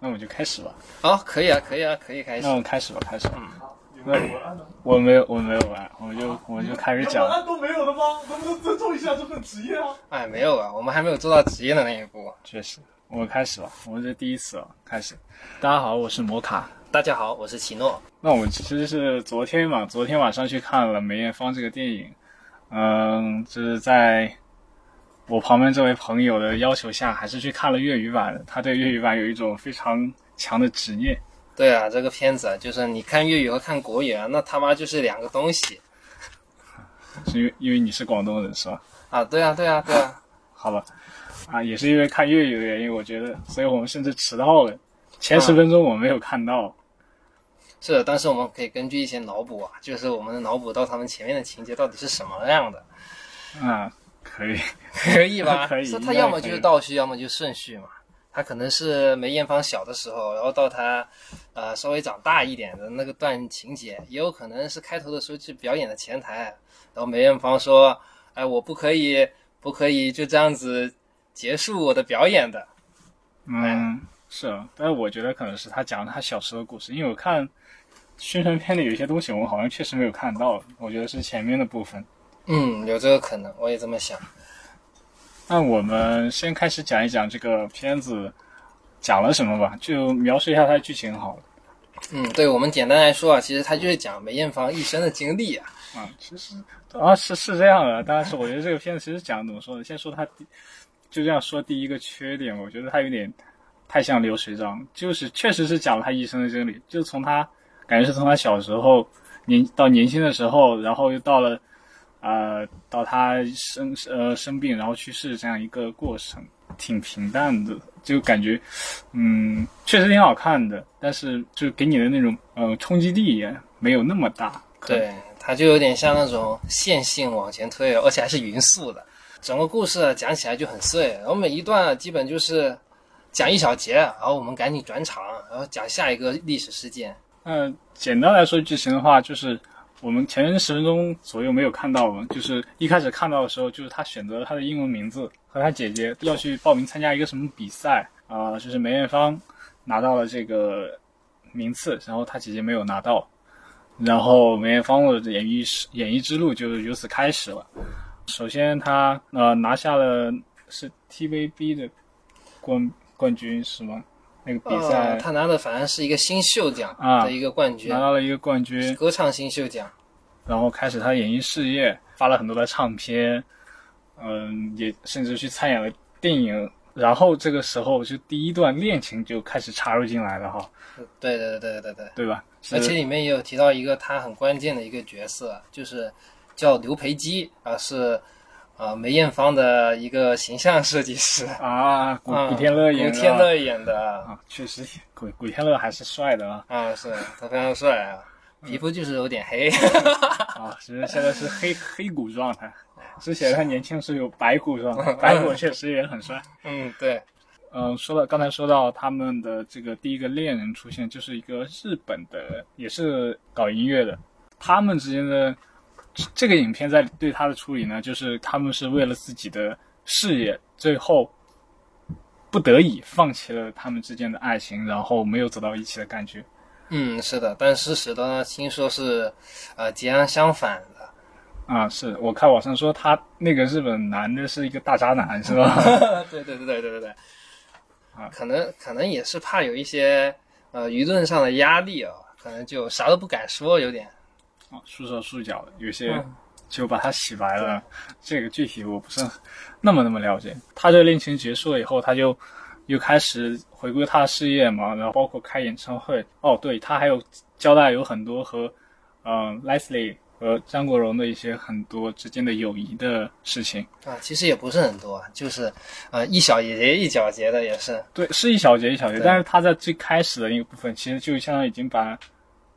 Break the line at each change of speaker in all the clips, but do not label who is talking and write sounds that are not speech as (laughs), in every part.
那我就开始吧。
好，可以啊，可以啊，可以开始
那。我开始吧，开始。嗯，那我没有，我没有玩，我就我就开始讲。
都没有的吗？能不能尊重一下这份职业啊？
哎，没有啊，我们还没有做到职业的那一步。
确实，我开始吧，我这第一次啊，开始。大家好，我是摩卡。
大家好，我是奇诺。
那我其实是昨天嘛，昨天晚上去看了梅艳芳这个电影，嗯，就是在我旁边这位朋友的要求下，还是去看了粤语版的。他对粤语版有一种非常强的执念。
对啊，这个片子啊，就是你看粤语和看国语啊，那他妈就是两个东西
是因为因为你是广东人是吧？
啊。对啊，对啊，对啊。
好吧，啊，也是因为看粤语的原因，我觉得，所以我们甚至迟到了。前十分钟我没有看到，
是的，但是我们可以根据一些脑补啊，就是我们脑补到他们前面的情节到底是什么样的，
啊，可以，
可以吧？
(laughs) 可以
是
应
他
该
要么
可
就是
以
倒叙，要么就是顺序嘛。他可能是梅艳芳小的时候，然后到他，呃，稍微长大一点的那个段情节，也有可能是开头的时候去表演的前台，然后梅艳芳说：“哎，我不可以，不可以就这样子结束我的表演的。”
嗯，是啊，但是我觉得可能是他讲他小时候的故事，因为我看宣传片里有一些东西，我好像确实没有看到，我觉得是前面的部分。
嗯，有这个可能，我也这么想。
那我们先开始讲一讲这个片子讲了什么吧，就描述一下它的剧情好了。
嗯，对我们简单来说啊，其实他就是讲梅艳芳一生的经历啊。
啊，其实啊是是这样的，但是我觉得这个片子其实讲怎么说呢？先说它第，就这样说第一个缺点，我觉得它有点太像流水账，就是确实是讲了他一生的经历，就从他感觉是从他小时候年到年轻的时候，然后又到了呃到他生呃生病然后去世这样一个过程，挺平淡的，就感觉嗯确实挺好看的，但是就给你的那种呃冲击力也没有那么大。 (laughs) 可能
对，他就有点像那种线性往前推，而且还是匀速的。整个故事啊讲起来就很碎，然后每一段啊基本就是讲一小节，然后我们赶紧转场，然后讲下一个历史事件。
那简单来说剧情的话，就是我们前十分钟左右没有看到嘛，就是一开始看到的时候，就是他选择了他的英文名字和他姐姐要去报名参加一个什么比赛啊、就是梅艳芳拿到了这个名次，然后他姐姐没有拿到，然后梅艳芳的演艺史演艺之路就由此开始了。首先他呃拿下了是 TVB 的冠冠军是吗？那个比赛、
呃他拿的反正是一个新秀奖
啊
的一个冠军，
拿到了一个冠军，
歌唱新秀奖。
然后开始他的演艺事业，发了很多的唱片，嗯，也甚至去参演了电影。然后这个时候就第一段恋情就开始插入进来了哈，
对对对对对对。
对吧？是
而且里面也有提到一个他很关键的一个角色，就是叫刘培基啊，是啊梅艳芳的一个形象设计师，
啊，古
啊
古天乐演
古
的
天乐演的
啊，确实古古天乐还是帅的啊
啊，是他非常帅
(laughs)
啊，皮肤就是有点黑，
啊，只是现在是黑黑骨状态，之前他年轻时有白骨状
(laughs)
态，白骨确实也很帅。
嗯，对，
嗯，说到刚才说到他们的这个第一个恋人出现，就是一个日本的，也是搞音乐的，他们之间的这个影片在对他的处理呢，就是他们是为了自己的事业，最后不得已放弃了他们之间的爱情，然后没有走到一起的感觉。
嗯，是的，但事实的呢，听说是呃截然相反的，
啊，是我看网上说他那个日本男的是一个大渣男，是吧？
对对对对对对对，啊
啊
可能可能也是怕有一些呃舆论上的压力啊、可能就啥都不敢说，有点。
啊，束手束脚的，有些
嗯
就把它洗白了。这个具体我不是那么那么了解。他这恋情结束了以后，他就又开始回归他的事业嘛，然后包括开演唱会。哦，对，他还有交代有很多和嗯、呃、Leslie 和张国荣的一些很多之间的友谊的事情。
啊，其实也不是很多，就是，呃，一小节一小节的也是，
对，是一小节一小节，
对
但是他在最开始的那个部分，其实就相当于已经把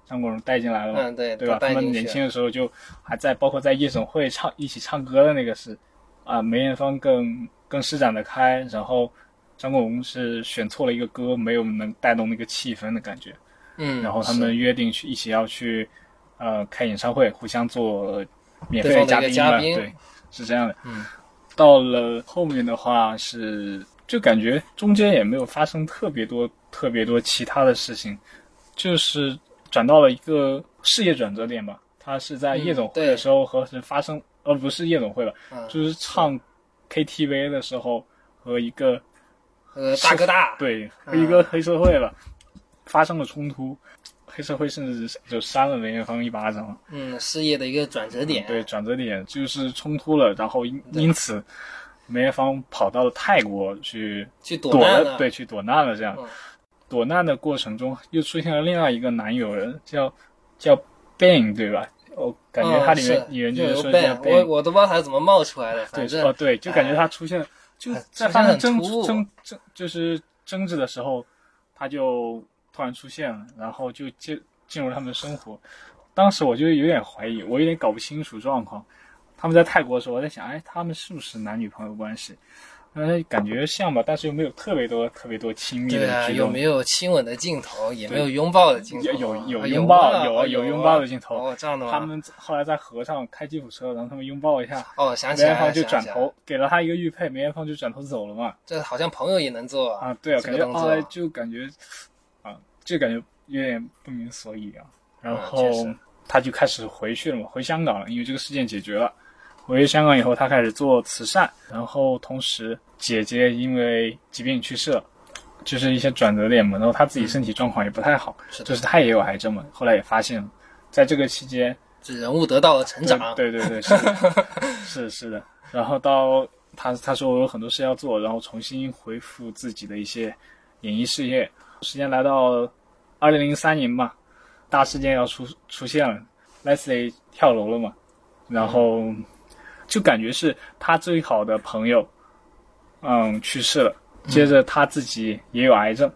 张国荣带进来了嘛。
嗯，对，
对
都
吧？他
带
们
进
年
去
轻的时候就还在，包括在夜总会唱一起唱歌的那个是，啊，梅艳芳更更施展得开，然后张国荣是选错了一个歌，没有能带动那个气氛的感觉。
嗯，
然后他
是
们约定去一起要去，呃，开演唱会，互相做免
对
费
方
嘉
的一个
宾
嘉
吧，
宾
对，是这样的。
嗯，
到了后面的话是，就感觉中间也没有发生特别多特别多其他的事情，就是转到了一个事业转折点吧。他是在
嗯
夜总会
对
的时候和是发生，呃，不是夜总会吧，
嗯，
就是唱 KTV 的时候和一个
呃，大哥大，
(laughs) 对和
嗯
一个黑社会了发生了冲突，黑社会甚至就扇了梅艳芳一巴掌。
嗯，事业的一个转折点，
嗯对，转折点就是冲突了，然后因因此梅艳芳跑到了泰国去
去躲
躲
难
了，
了，
对，去躲难了。这样、
嗯
躲难的过程中，又出现了另外一个男友人，叫叫 Bang，对吧？我感觉他里面、
嗯是
演员就是说
有
叫
ban，我
Bang，
我都不知道他怎么冒出来的，
对
反，正
哦对，就感觉他出现、就
哎
在
出现
发生
很
争
突兀
争争就是争执的时候，他就突然出现了，然后就进进入他们的生活。当时我就有点怀疑，我有点搞不清楚状况。他们在泰国的时候，我在想，哎，他们是不是男女朋友关系？嗯，感觉像吧，但是又没有特别多、特别多亲密
对
的
啊，
举
有
动。
没有亲吻的镜头，也没
对
有拥抱的镜头
有
啊，
有有
啊
拥抱
啊
有
哦
啊
有
有拥
啊
抱的镜头
哦，这样的吗？
他们后来在河上开吉普车，然后他们拥抱一下，
哦，想
梅
起来
艳
了，
芳就
想
转
起来了
头，给了他一个玉佩，梅艳芳就转头走了嘛。
这好像朋友也能做啊。
啊，对啊，
这
感
个
觉
动作
啊，就感觉啊，就感觉有点不明所以啊。然
嗯
后
确实
他就开始回去了嘛，回香港了，因为这个事件解决了。回香港以后，他开始做慈善，然后同时姐姐因为疾病去世了，就是一些转折点嘛。然后他自己身体状况也不太好，
是
就
的
是，他也有癌症嘛，后来也发现了。在这个期间，
这人物得到了成
(laughs)
长。
对对对，是的是是的。然后到他他说我有很多事要做，然后重新恢复自己的一些演艺事业。时间来到二零零三年嘛，大事件要出出现了，Leslie 跳楼了嘛，然后就感觉是他最好的朋友，嗯，去世了。接着他自己也有癌症，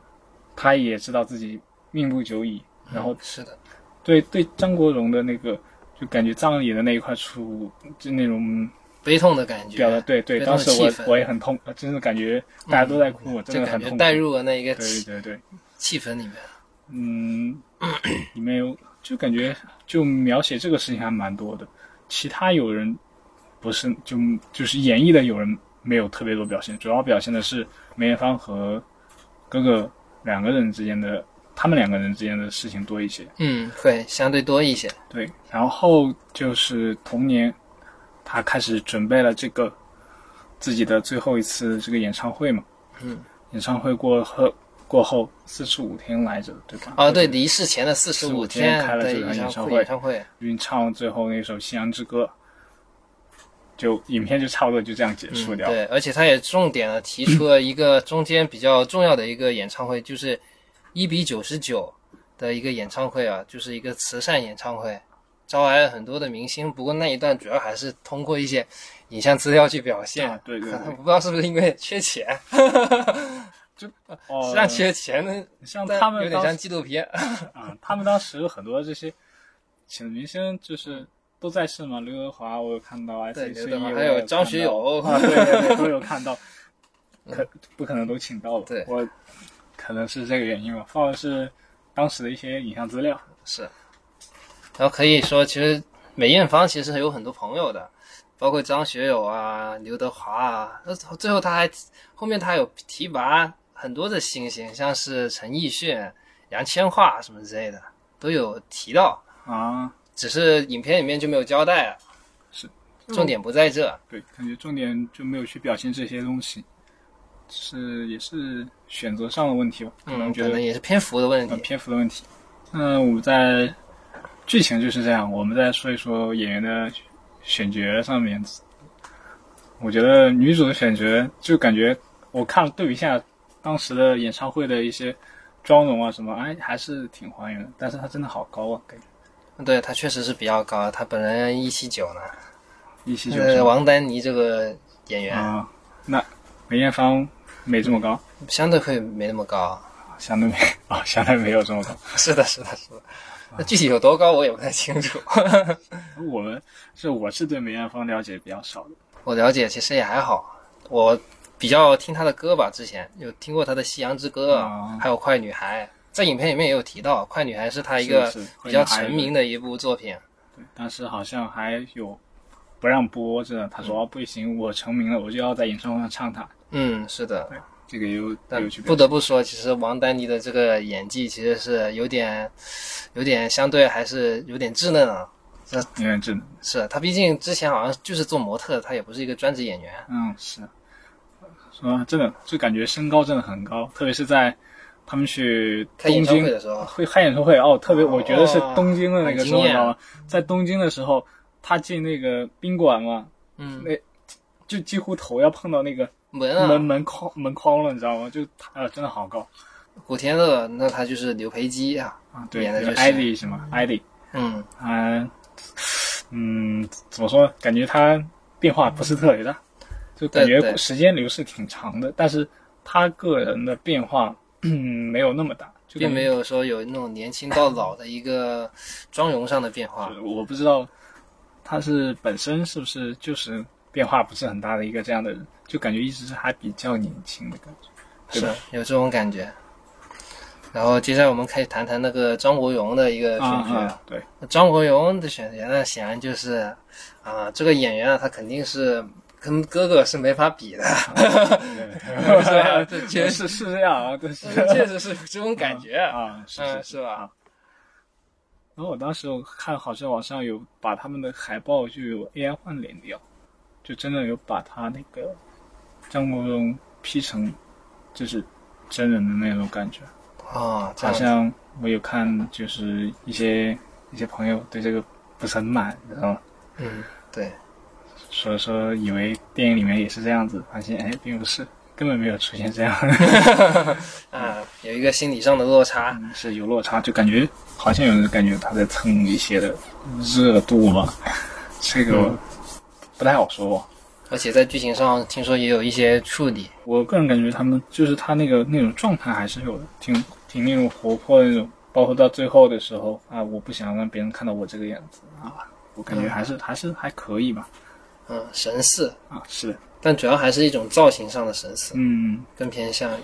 他也知道自己命不久矣，然后
嗯是的，
对对张国荣的那个，就感觉葬礼的那一块处，就那种
悲痛的感觉，
表达，对对，
非常
当
的
时我
气愤
我也很痛，真的感觉大家都在哭，我真
就
的很
感觉
痛苦。
带入了那一个
对
气
对对，
气氛里面。
嗯，里面有就感觉就描写这个事情还蛮多的，其他有人不是就就是演绎的有人没有特别多表现，主要表现的是梅艳芳和哥哥两个人之间的，他们两个人之间的事情多一些。
嗯，会相对多一些。
对，然后就是同年，他开始准备了这个自己的最后一次这个演唱会嘛。
嗯，
演唱会过后过后四十五天来着，对吧？
哦，对，离世前的四十
45
天
天开了
对
这个演唱
唱
会
演唱会，
云唱最后那首《夕阳之歌》，就影片就差不多就这样结束
嗯，
掉。
对，而且他也重点的提出了一个中间比较重要的一个演唱会，就是一比九十九的一个演唱会啊，就是一个慈善演唱会，招来了很多的明星。不过那一段主要还是通过一些影像资料去表现。
啊，对对
可能
对
我， (laughs) 不知道是不是因为缺钱， (laughs)
哦，
实际上缺钱呢，
像
但
他们
有点
当
像纪录片。
啊，他们当时有很多这些请的明星就是都在世嘛，刘德华我有看到
对
，S H
刘德
E
华
我
还有
也看
张学
到
友嗯
啊，
(laughs)
对对对，都有看到，可不可能都请到了？
对
我可能是这个原因吧，放的是当时的一些影像资料。
是，然后可以说，其实梅艳芳其实有很多朋友的，包括张学友啊、刘德华啊。那最后他还后面他还有提拔很多的星星，像是陈奕迅、杨千嬅什么之类的都有提到，
啊，
只是影片里面就没有交代了。
是，
重点不在这。
对，感觉重点就没有去表现这些东西，是也是选择上的问题吧？可能
嗯，
觉
可
得
能也是篇幅的问
呃
题。
篇幅的问题。那我们在剧情就是这样，我们再说一说演员的选角上面。我觉得女主的选角就感觉，我看了对比一下当时的演唱会的一些妆容啊什么，哎，还是挺还原的。但是她真的好高啊，感觉
对他确实是比较高，他本人一七九呢。
一七九
呃，王丹妮这个演员、
啊。那梅艳芳没这么高，
相对会没那么高。
相对没 (laughs) 哦，相对没有这么高。
(laughs) 是的，是的，是的。那具体有多高我也不太清楚， (laughs)
我们是我是对梅艳芳了解比较少的。
我了解其实也还好。我比较听他的歌吧，之前有听过他的《夕阳之歌》啊
哦
还有《快女孩》，在影片里面也有提到，《快女孩》是他一个
是是
比较
快女孩
成名的一部作品。
当时好像还有
嗯
不让播着，他说、哦不行，我成名了，我就要在演唱会上唱它。
嗯，是的，
这个也有
但
有区别。
不得不说，其实王丹妮的这个演技其实是有点，有点相对还是有点稚嫩啊。
有点智能。
是啊她毕竟之前好像就是做模特，她也不是一个专职演员。
嗯，是，说真的，就感觉身高真的很高，特别是在他们去
开演
东
唱会
京
的时候，
会开演唱会哦，特别我觉得是
哦
东京的那个时候，
很惊艳
你知道吗？在东京的时候，他进那个宾馆嘛，
嗯，
就几乎头要碰到那个
门啊，
门、门框门框了，你知道吗？就啊，真的好高
古天乐，那他就是刘培基啊。
啊！对，
演的
就
就是
是艾迪是吗？艾迪，
嗯，
嗯嗯，怎么说呢？感觉他变化不是特别大，就感
对
觉
对
时间流逝挺长的，但是他个人的变化嗯没有那么大，就感
并
觉
没有说有那种年轻到老的一个妆容上的变化。
就我不知道他是本身是不是就是变化不是很大的一个这样的人，就感觉一直还比较年轻的感觉。对
是
吧
有这种感觉。然后接下来我们开始谈谈那个张国荣的一个选
啊
角。
啊，
(laughs)
对，
张国荣的选角呢，显然就是啊、这个演员啊，他肯定是跟哥哥是没法比的，是吧？这
其
确
实 (laughs) 是啊是
实，
这样啊，但是
(laughs) 确实是有这种感觉。
啊，是
嗯
是
是吧？
然后我当时我看好像网上有把他们的海报就有 AI 换脸掉，就真的有把他那个张国荣 P 成就是真人的那种感觉。
哦，这
啊好
样子
像我有看，就是一些一些朋友对这个不是很满，然后
嗯，对，
所以说以为电影里面也是这样子，发现哎并不是，根本没有出现这样，
啊，有一个心理上的落差。
是有落差，就感觉好像有人感觉他在蹭一些的热度吧，这个我不太好说。
而且在剧情上听说也有一些处理，
我个人感觉他们就是他那个那种状态还是有的，挺挺那种活泼的那种，包括到最后的时候啊，我不想让别人看到我这个样子啊，我感觉还是、还是还可以吧，
嗯，神似，
啊，是的，
但主要还是一种造型上的神似，
嗯，
更偏向于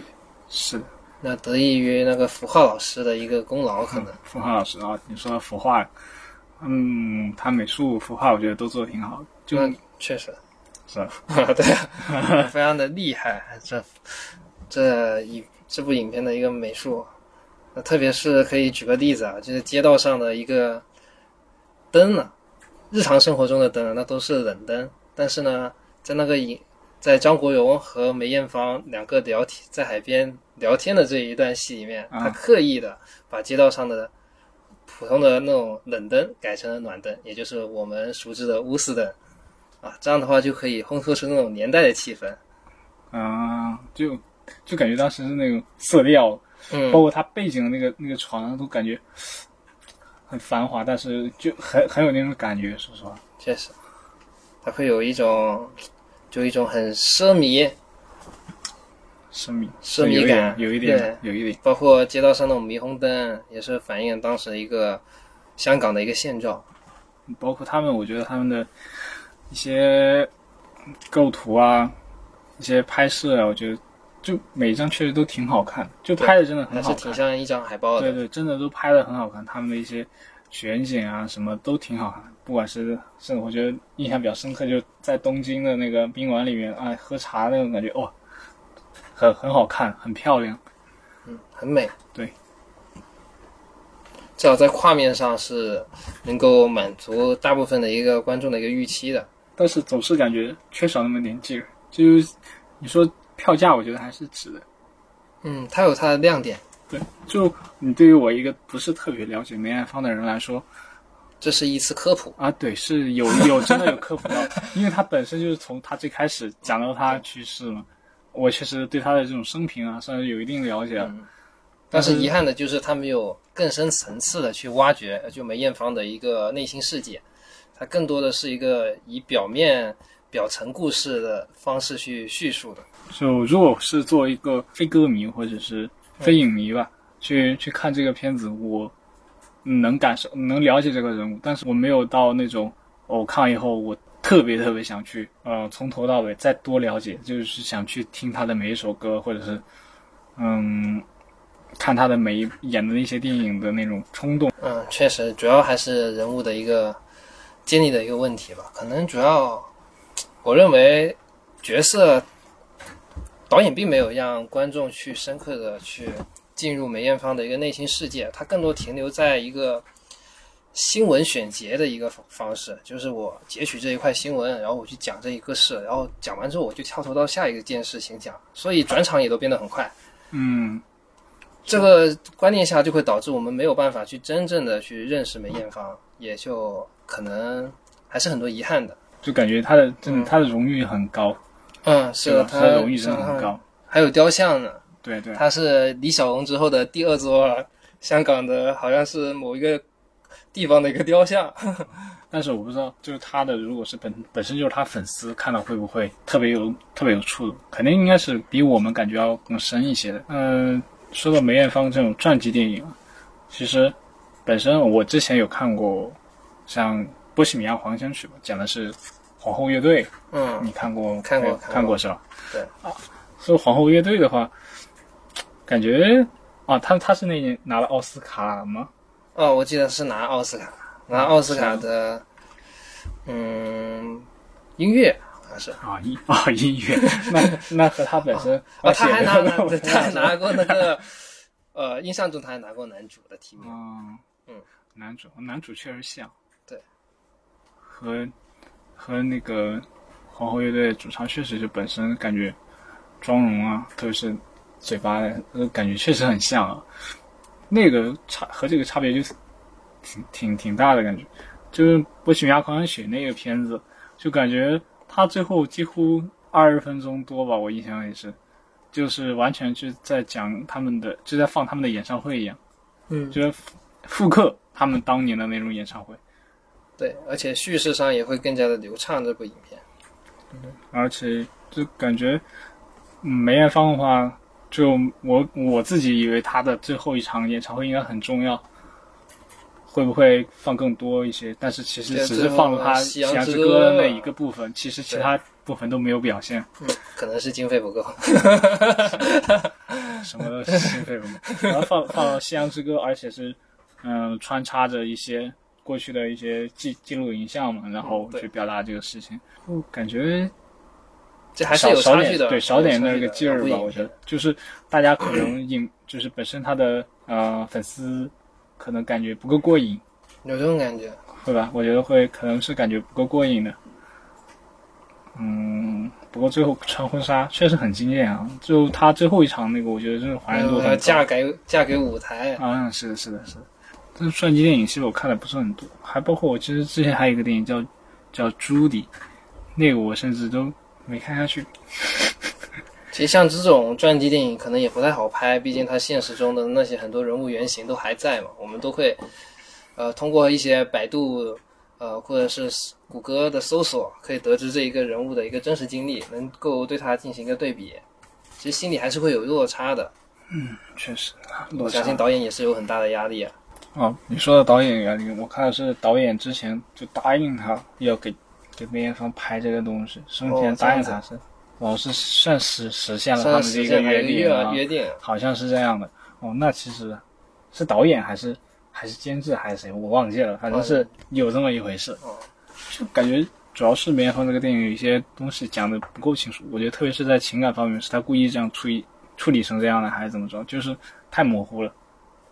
是的，
那得益于那个符号老师的一个功劳，可能。
符号老师啊，你说到服化，嗯，他美术服化我觉得都做的挺好的，就、
嗯，确实，
是吧
(laughs) 对啊， (laughs) 非常的厉害。这这一这部影片的一个美术，那特别是可以举个例子啊，就是街道上的一个灯啊，日常生活中的灯啊，那都是冷灯，但是呢，在那个影，在张国荣和梅艳芳两个聊天在海边聊天的这一段戏里面，
啊
他刻意的把街道上的普通的那种冷灯改成了暖灯，也就是我们熟知的钨丝灯。啊，这样的话就可以烘托出那种年代的气氛。
啊，就就感觉当时是那种色调
嗯
包括它背景的那个那个床都感觉很繁华，但是就很很有那种感觉，说实话。
确实，它会有一种，就一种很奢靡，
生命，
奢靡感
有一点，有一点，有一点，
包括街道上那种霓虹灯，也是反映当时一个香港的一个现状。
包括他们，我觉得他们的一些构图啊，一些拍摄啊，我觉得就每一张确实都挺好看，就拍的真的
还
很
是
好
挺
看。
像一张海报
对
的。
对，真的都拍的很好看，他们的一些选景啊什么都挺好看，不管是呃是我觉得印象比较深刻，就在东京啊的那个宾馆里面，哎，喝茶那种感觉，哇、很很好看，很漂亮。
嗯，很美。
对，
至少在画面上是能够满足大部分的一个观众的一个预期的。
但是总是感觉缺少那么点劲儿，就是你说票价，我觉得还是值的。
嗯，它有它的亮点，
就你对于我一个不是特别了解梅艳芳的人来说
这是一次科普。
啊，对，是有有真的有科普到，因为她本身就是从她最开始讲到她去世嘛，我确实对她的这种生平啊，算是有一定了解了。
但是遗憾的就是，他没有更深层次的去挖掘，呃就梅艳芳的一个内心世界，它更多的是一个以表面、表层故事的方式去叙述的。
就如果是作为一个非歌迷或者是非影迷吧，去去看这个片子，我能感受、能了解这个人物，但是我没有到那种哦我看完以后我特别特别想去，呃，从头到尾再多了解，就是想去听他的每一首歌，或者是嗯，看他的每一演的一些电影的那种冲动。
嗯，确实，主要还是人物的一个建立的一个问题吧。可能主要，我认为角色导演并没有让观众去深刻的去进入梅艳芳的一个内心世界，他更多停留在一个新闻选节的一个方方式，就是我截取这一块新闻，然后我去讲这一个事，然后讲完之后我就跳头到下一件事情讲，所以转场也都变得很快。
嗯，
这个观念下就会导致我们没有办法去真正的去认识梅艳芳，也就可能还是很多遗憾的。
就感觉他的真
嗯
的他的荣誉很高，
嗯，是
对吧？
他
啊他的荣誉真的很高，
还有雕像呢，
对对，
他是李小龙之后的第二座香港的，好像是某一个地方的一个雕像。
但是我不知道，就是他的，如果是本本身就是他粉丝看到会不会特别有特别有触动？肯定应该是比我们感觉要更深一些的。嗯、说到梅艳芳这种传记电影啊，其实本身我之前有看过，像《波西米亚狂想曲》吧，讲的是皇后乐队，
(laughs) 嗯
你看过
看过
没有
看过
看过是吧？
对
啊，说皇后乐队的话，感觉啊，他他是那年拿了奥斯卡吗？
哦，我记得是拿奥斯卡，拿奥斯卡的，嗯，音乐好像是。
啊
(laughs)
音啊音乐， (laughs) 那那和他本身
哦，
关系
他
也
还
没有 (laughs) 那
拿 (laughs)
么
拿他还拿过那个，呃，印象中他还拿过男主的提名。
嗯
嗯，
男主男主确实像，
对，
和和那个皇后乐队的主唱确实就本身感觉妆容啊，特别是嘴巴，呃，感觉确实很像啊。那个差和这个差别就挺挺挺大的感觉，就是《波西米亚狂想曲》那个片子，就感觉他最后几乎二十分钟多吧，我印象也是，就是完全就在讲他们的，就在放他们的演唱会一样。
嗯，
就是复复刻他们当年的那种演唱会，
对，而且叙事上也会更加的流畅。这部影片，
而且就感觉嗯梅艳芳的话，就我我自己以为她的最后一场演唱会应该很重要，会不会放更多一些？但是其实
对
只是放了她《
最
夕
后夕阳呃
阳
之
之
歌
歌》那一个部分，其实其他部分都没有表现，
嗯，可能是经费不够。 (laughs)
什么心肺部然后放放了《夕阳之歌》，而且是嗯、穿插着一些过去的一些记记录影像嘛，然后
嗯对
去表达这个事情，就感觉
这还是
少
有
少
差距
点
的，
对少点
有差
那
距
个
的
劲儿吧，我觉得。就是大家可能影就是本身他的呃粉丝可能感觉不够过瘾，
有这种感觉。
会吧？我觉得会可能是感觉不够过瘾的。嗯，不过最后穿婚纱确实很惊艳啊！就他最后一场那个，我觉得真是还原度
要
很高。
呃嫁给嫁给
(laughs)
舞台，
啊，是的，是的，是的。但是传记电影其实我看的不是很多，还包括我其实之前还有一个电影叫叫《朱迪》，那个我甚至都没看下去。
其实像这种传记电影可能也不太好拍，毕竟它现实中的那些很多人物原型都还在嘛，我们都会，呃，通过一些百度，呃，或者是谷歌的搜索，可以得知这一个人物的一个真实经历，能够对他进行一个对比，其实心里还是会有落差的。
确实，啊
我
落差
相信导演也是有很大的压力啊。
哦，你说的导演原因，我看的是导演之前就答应他要给给梅艳芳拍这个东西，生前
哦这
答
样
应
子
他是，老师算实实现了他
算
们
是
的一
这
个
样的
约
一
定啊
个约，约定，
好像是这样的。哦，那其实是导演还是还是监制还是谁，我忘记了，反正是有这么一回事。
哦
就感觉主要是梅艳芳这个电影有一些东西讲的不够清楚，我觉得特别是在情感方面，是他故意这样处理处理成这样的，还是怎么着？就是太模糊了，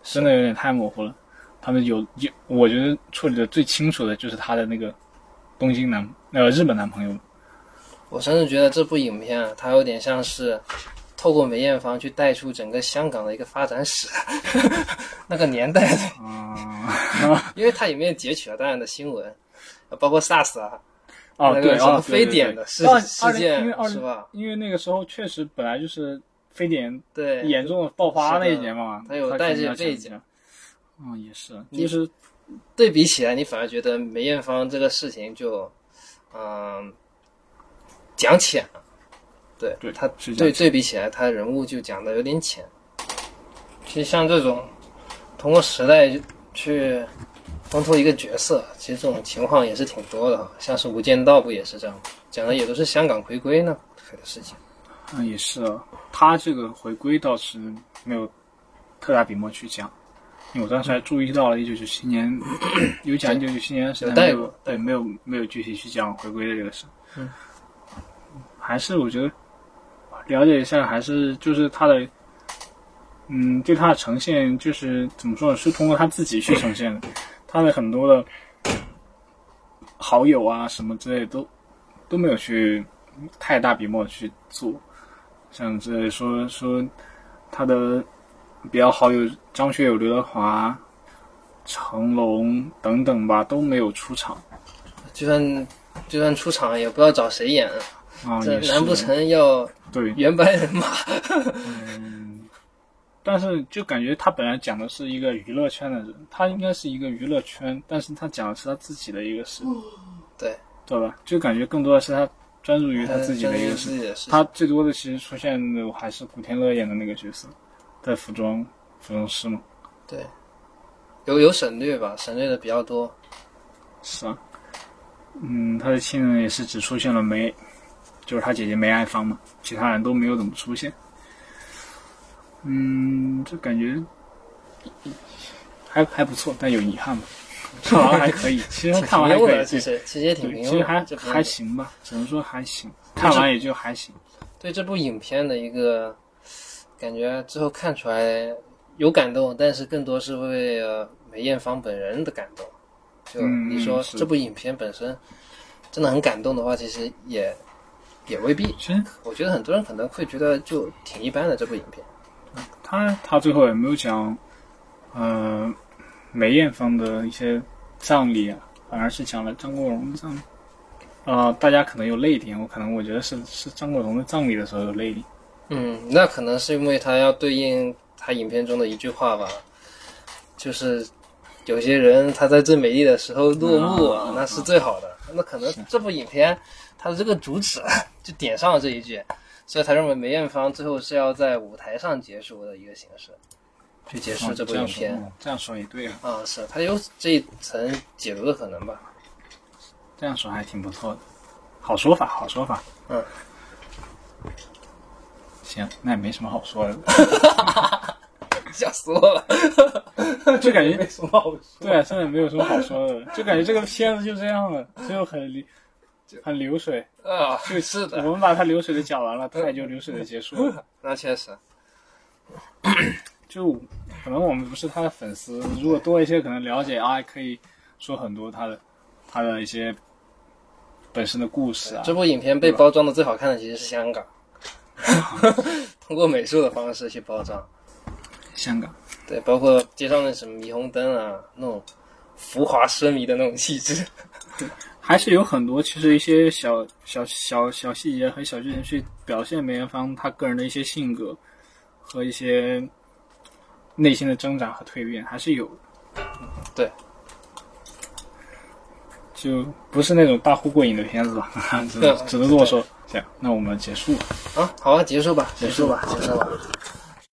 真的有点太模糊了。他们有有，我觉得处理的最清楚的就是她的那个东京男呃日本男朋友，
我甚至觉得这部影片啊，它有点像是透过梅艳芳去带出整个香港的一个发展史， (laughs) 那个年代的，
哦
(laughs) 因为它里面截取了大量的新闻，包括 SARS 啊，
哦
那
对
个什么
哦对
非典的事
对对
事
20因为
件
二
是吧？
因为那个时候确实本来就是非典
对，
严重爆发
是的
那一年嘛，
它有
可
带
能
这
要
个背
讲一
景
下。嗯，也是，
你
就是
对比起来，你反而觉得梅艳芳这个事情就，嗯、讲浅了。对，
对
他
是讲
对
浅
对比起来，他人物就讲的有点浅。其实像这种通过时代去烘托一个角色，其实这种情况也是挺多的哈。像是《无间道》不也是这样吗，讲的也都是香港回归那的事情。
嗯，也是啊，他这个回归倒是没有特大笔墨去讲，因为我当时还注意到了一九九七年有讲一九九七年的事，
有
但
带
没
过
有对没有没有具体去讲回归的这个事，
嗯，
还是我觉得哇了解一下，还是就是他的，嗯，对他的呈现，就是怎么说呢，是通过他自己去呈现的，他的很多的好友啊什么之类都都没有去太大笔墨地去做，像之类说说他的比较好友张学友、刘德华、成龙等等吧都没有出场
就算就算出场也不知道找谁演，
啊，
这
也是
难不成要
对
原班人
(laughs)
马？
但是就感觉他本来讲的是一个娱乐圈的人，他应该是一个娱乐圈，但是他讲的是他自己的一个事，
对，
对吧？就感觉更多的是他专注于他自己的一个
自
事。
己的事情
他最多的其实出现的还是古天乐演的那个角色，在服装服装师嘛，
对，有有省略吧，省略的比较多。
是啊。嗯，他的亲人也是只出现了梅，就是他姐姐梅爱芳嘛，其他人都没有怎么出现。嗯，就感觉还还不错，但有遗 (laughs) 憾嘛。看完还可以，其实
挺
看完
平
还
庸
可
的，
以，
其实其实也挺
对，
平
其
庸
实
的，
还
这片
还
子
行吧，只能说还行，看完也就还行。
对这部影片的一个感觉，之后看出来有感动，但是更多是为呃梅艳芳本人的感动。就
嗯
你说
是
这部影片本身真的很感动的话，其实也也未必。
其实
我觉得很多人可能会觉得就挺一般的这部影片。
他他最后也没有讲，呃，梅艳芳的一些葬礼啊，反而是讲了张国荣的葬礼。啊、大家可能有泪点，我可能我觉得是是张国荣的葬礼的时候有泪点。
嗯，那可能是因为他要对应他影片中的一句话吧，就是有些人他在最美丽的时候落幕，
啊
那是最好的。那可能这部影片它的这个主旨 (laughs) 就点上了这一句，所以他认为梅艳芳最后是要在舞台上结束的一个形式，去结束
哦
这部
这
影
样说
片。
哦这样说也对啊，
啊，是他有这一层解读的可能吧？ (laughs)
这样说还挺不错的，好说法，好说法。
嗯，
行，那也没什么好说的。 (laughs)
吓死我了，
就感觉
没什么好说。
对啊，现在没有什么好说的，就感觉这个片子就这样了，就很流很流水。
啊，
就是
的，
我们把它流水的讲完了，它也就流水的结束了。
那确实，
就可能我们不是他的粉丝，如果多一些可能了解啊，可以说很多他的他的一些本身的故事啊。
这部影片被包装的最好看的其实是香 (laughs) 港，通过美术的方式去包装，
香港，
对，包括街上的什么霓虹灯啊，那种浮华奢靡的那种气质，
还是有很多其实一些小小小小细节和小剧情去表现梅艳芳她个人的一些性格和一些内心的挣扎和蜕变，还是有的。
对，
就不是那种大呼过瘾的片子吧， (laughs) 只能只能这么说。行，那我们结束。
啊，好啊，结束吧，结束吧，结束吧，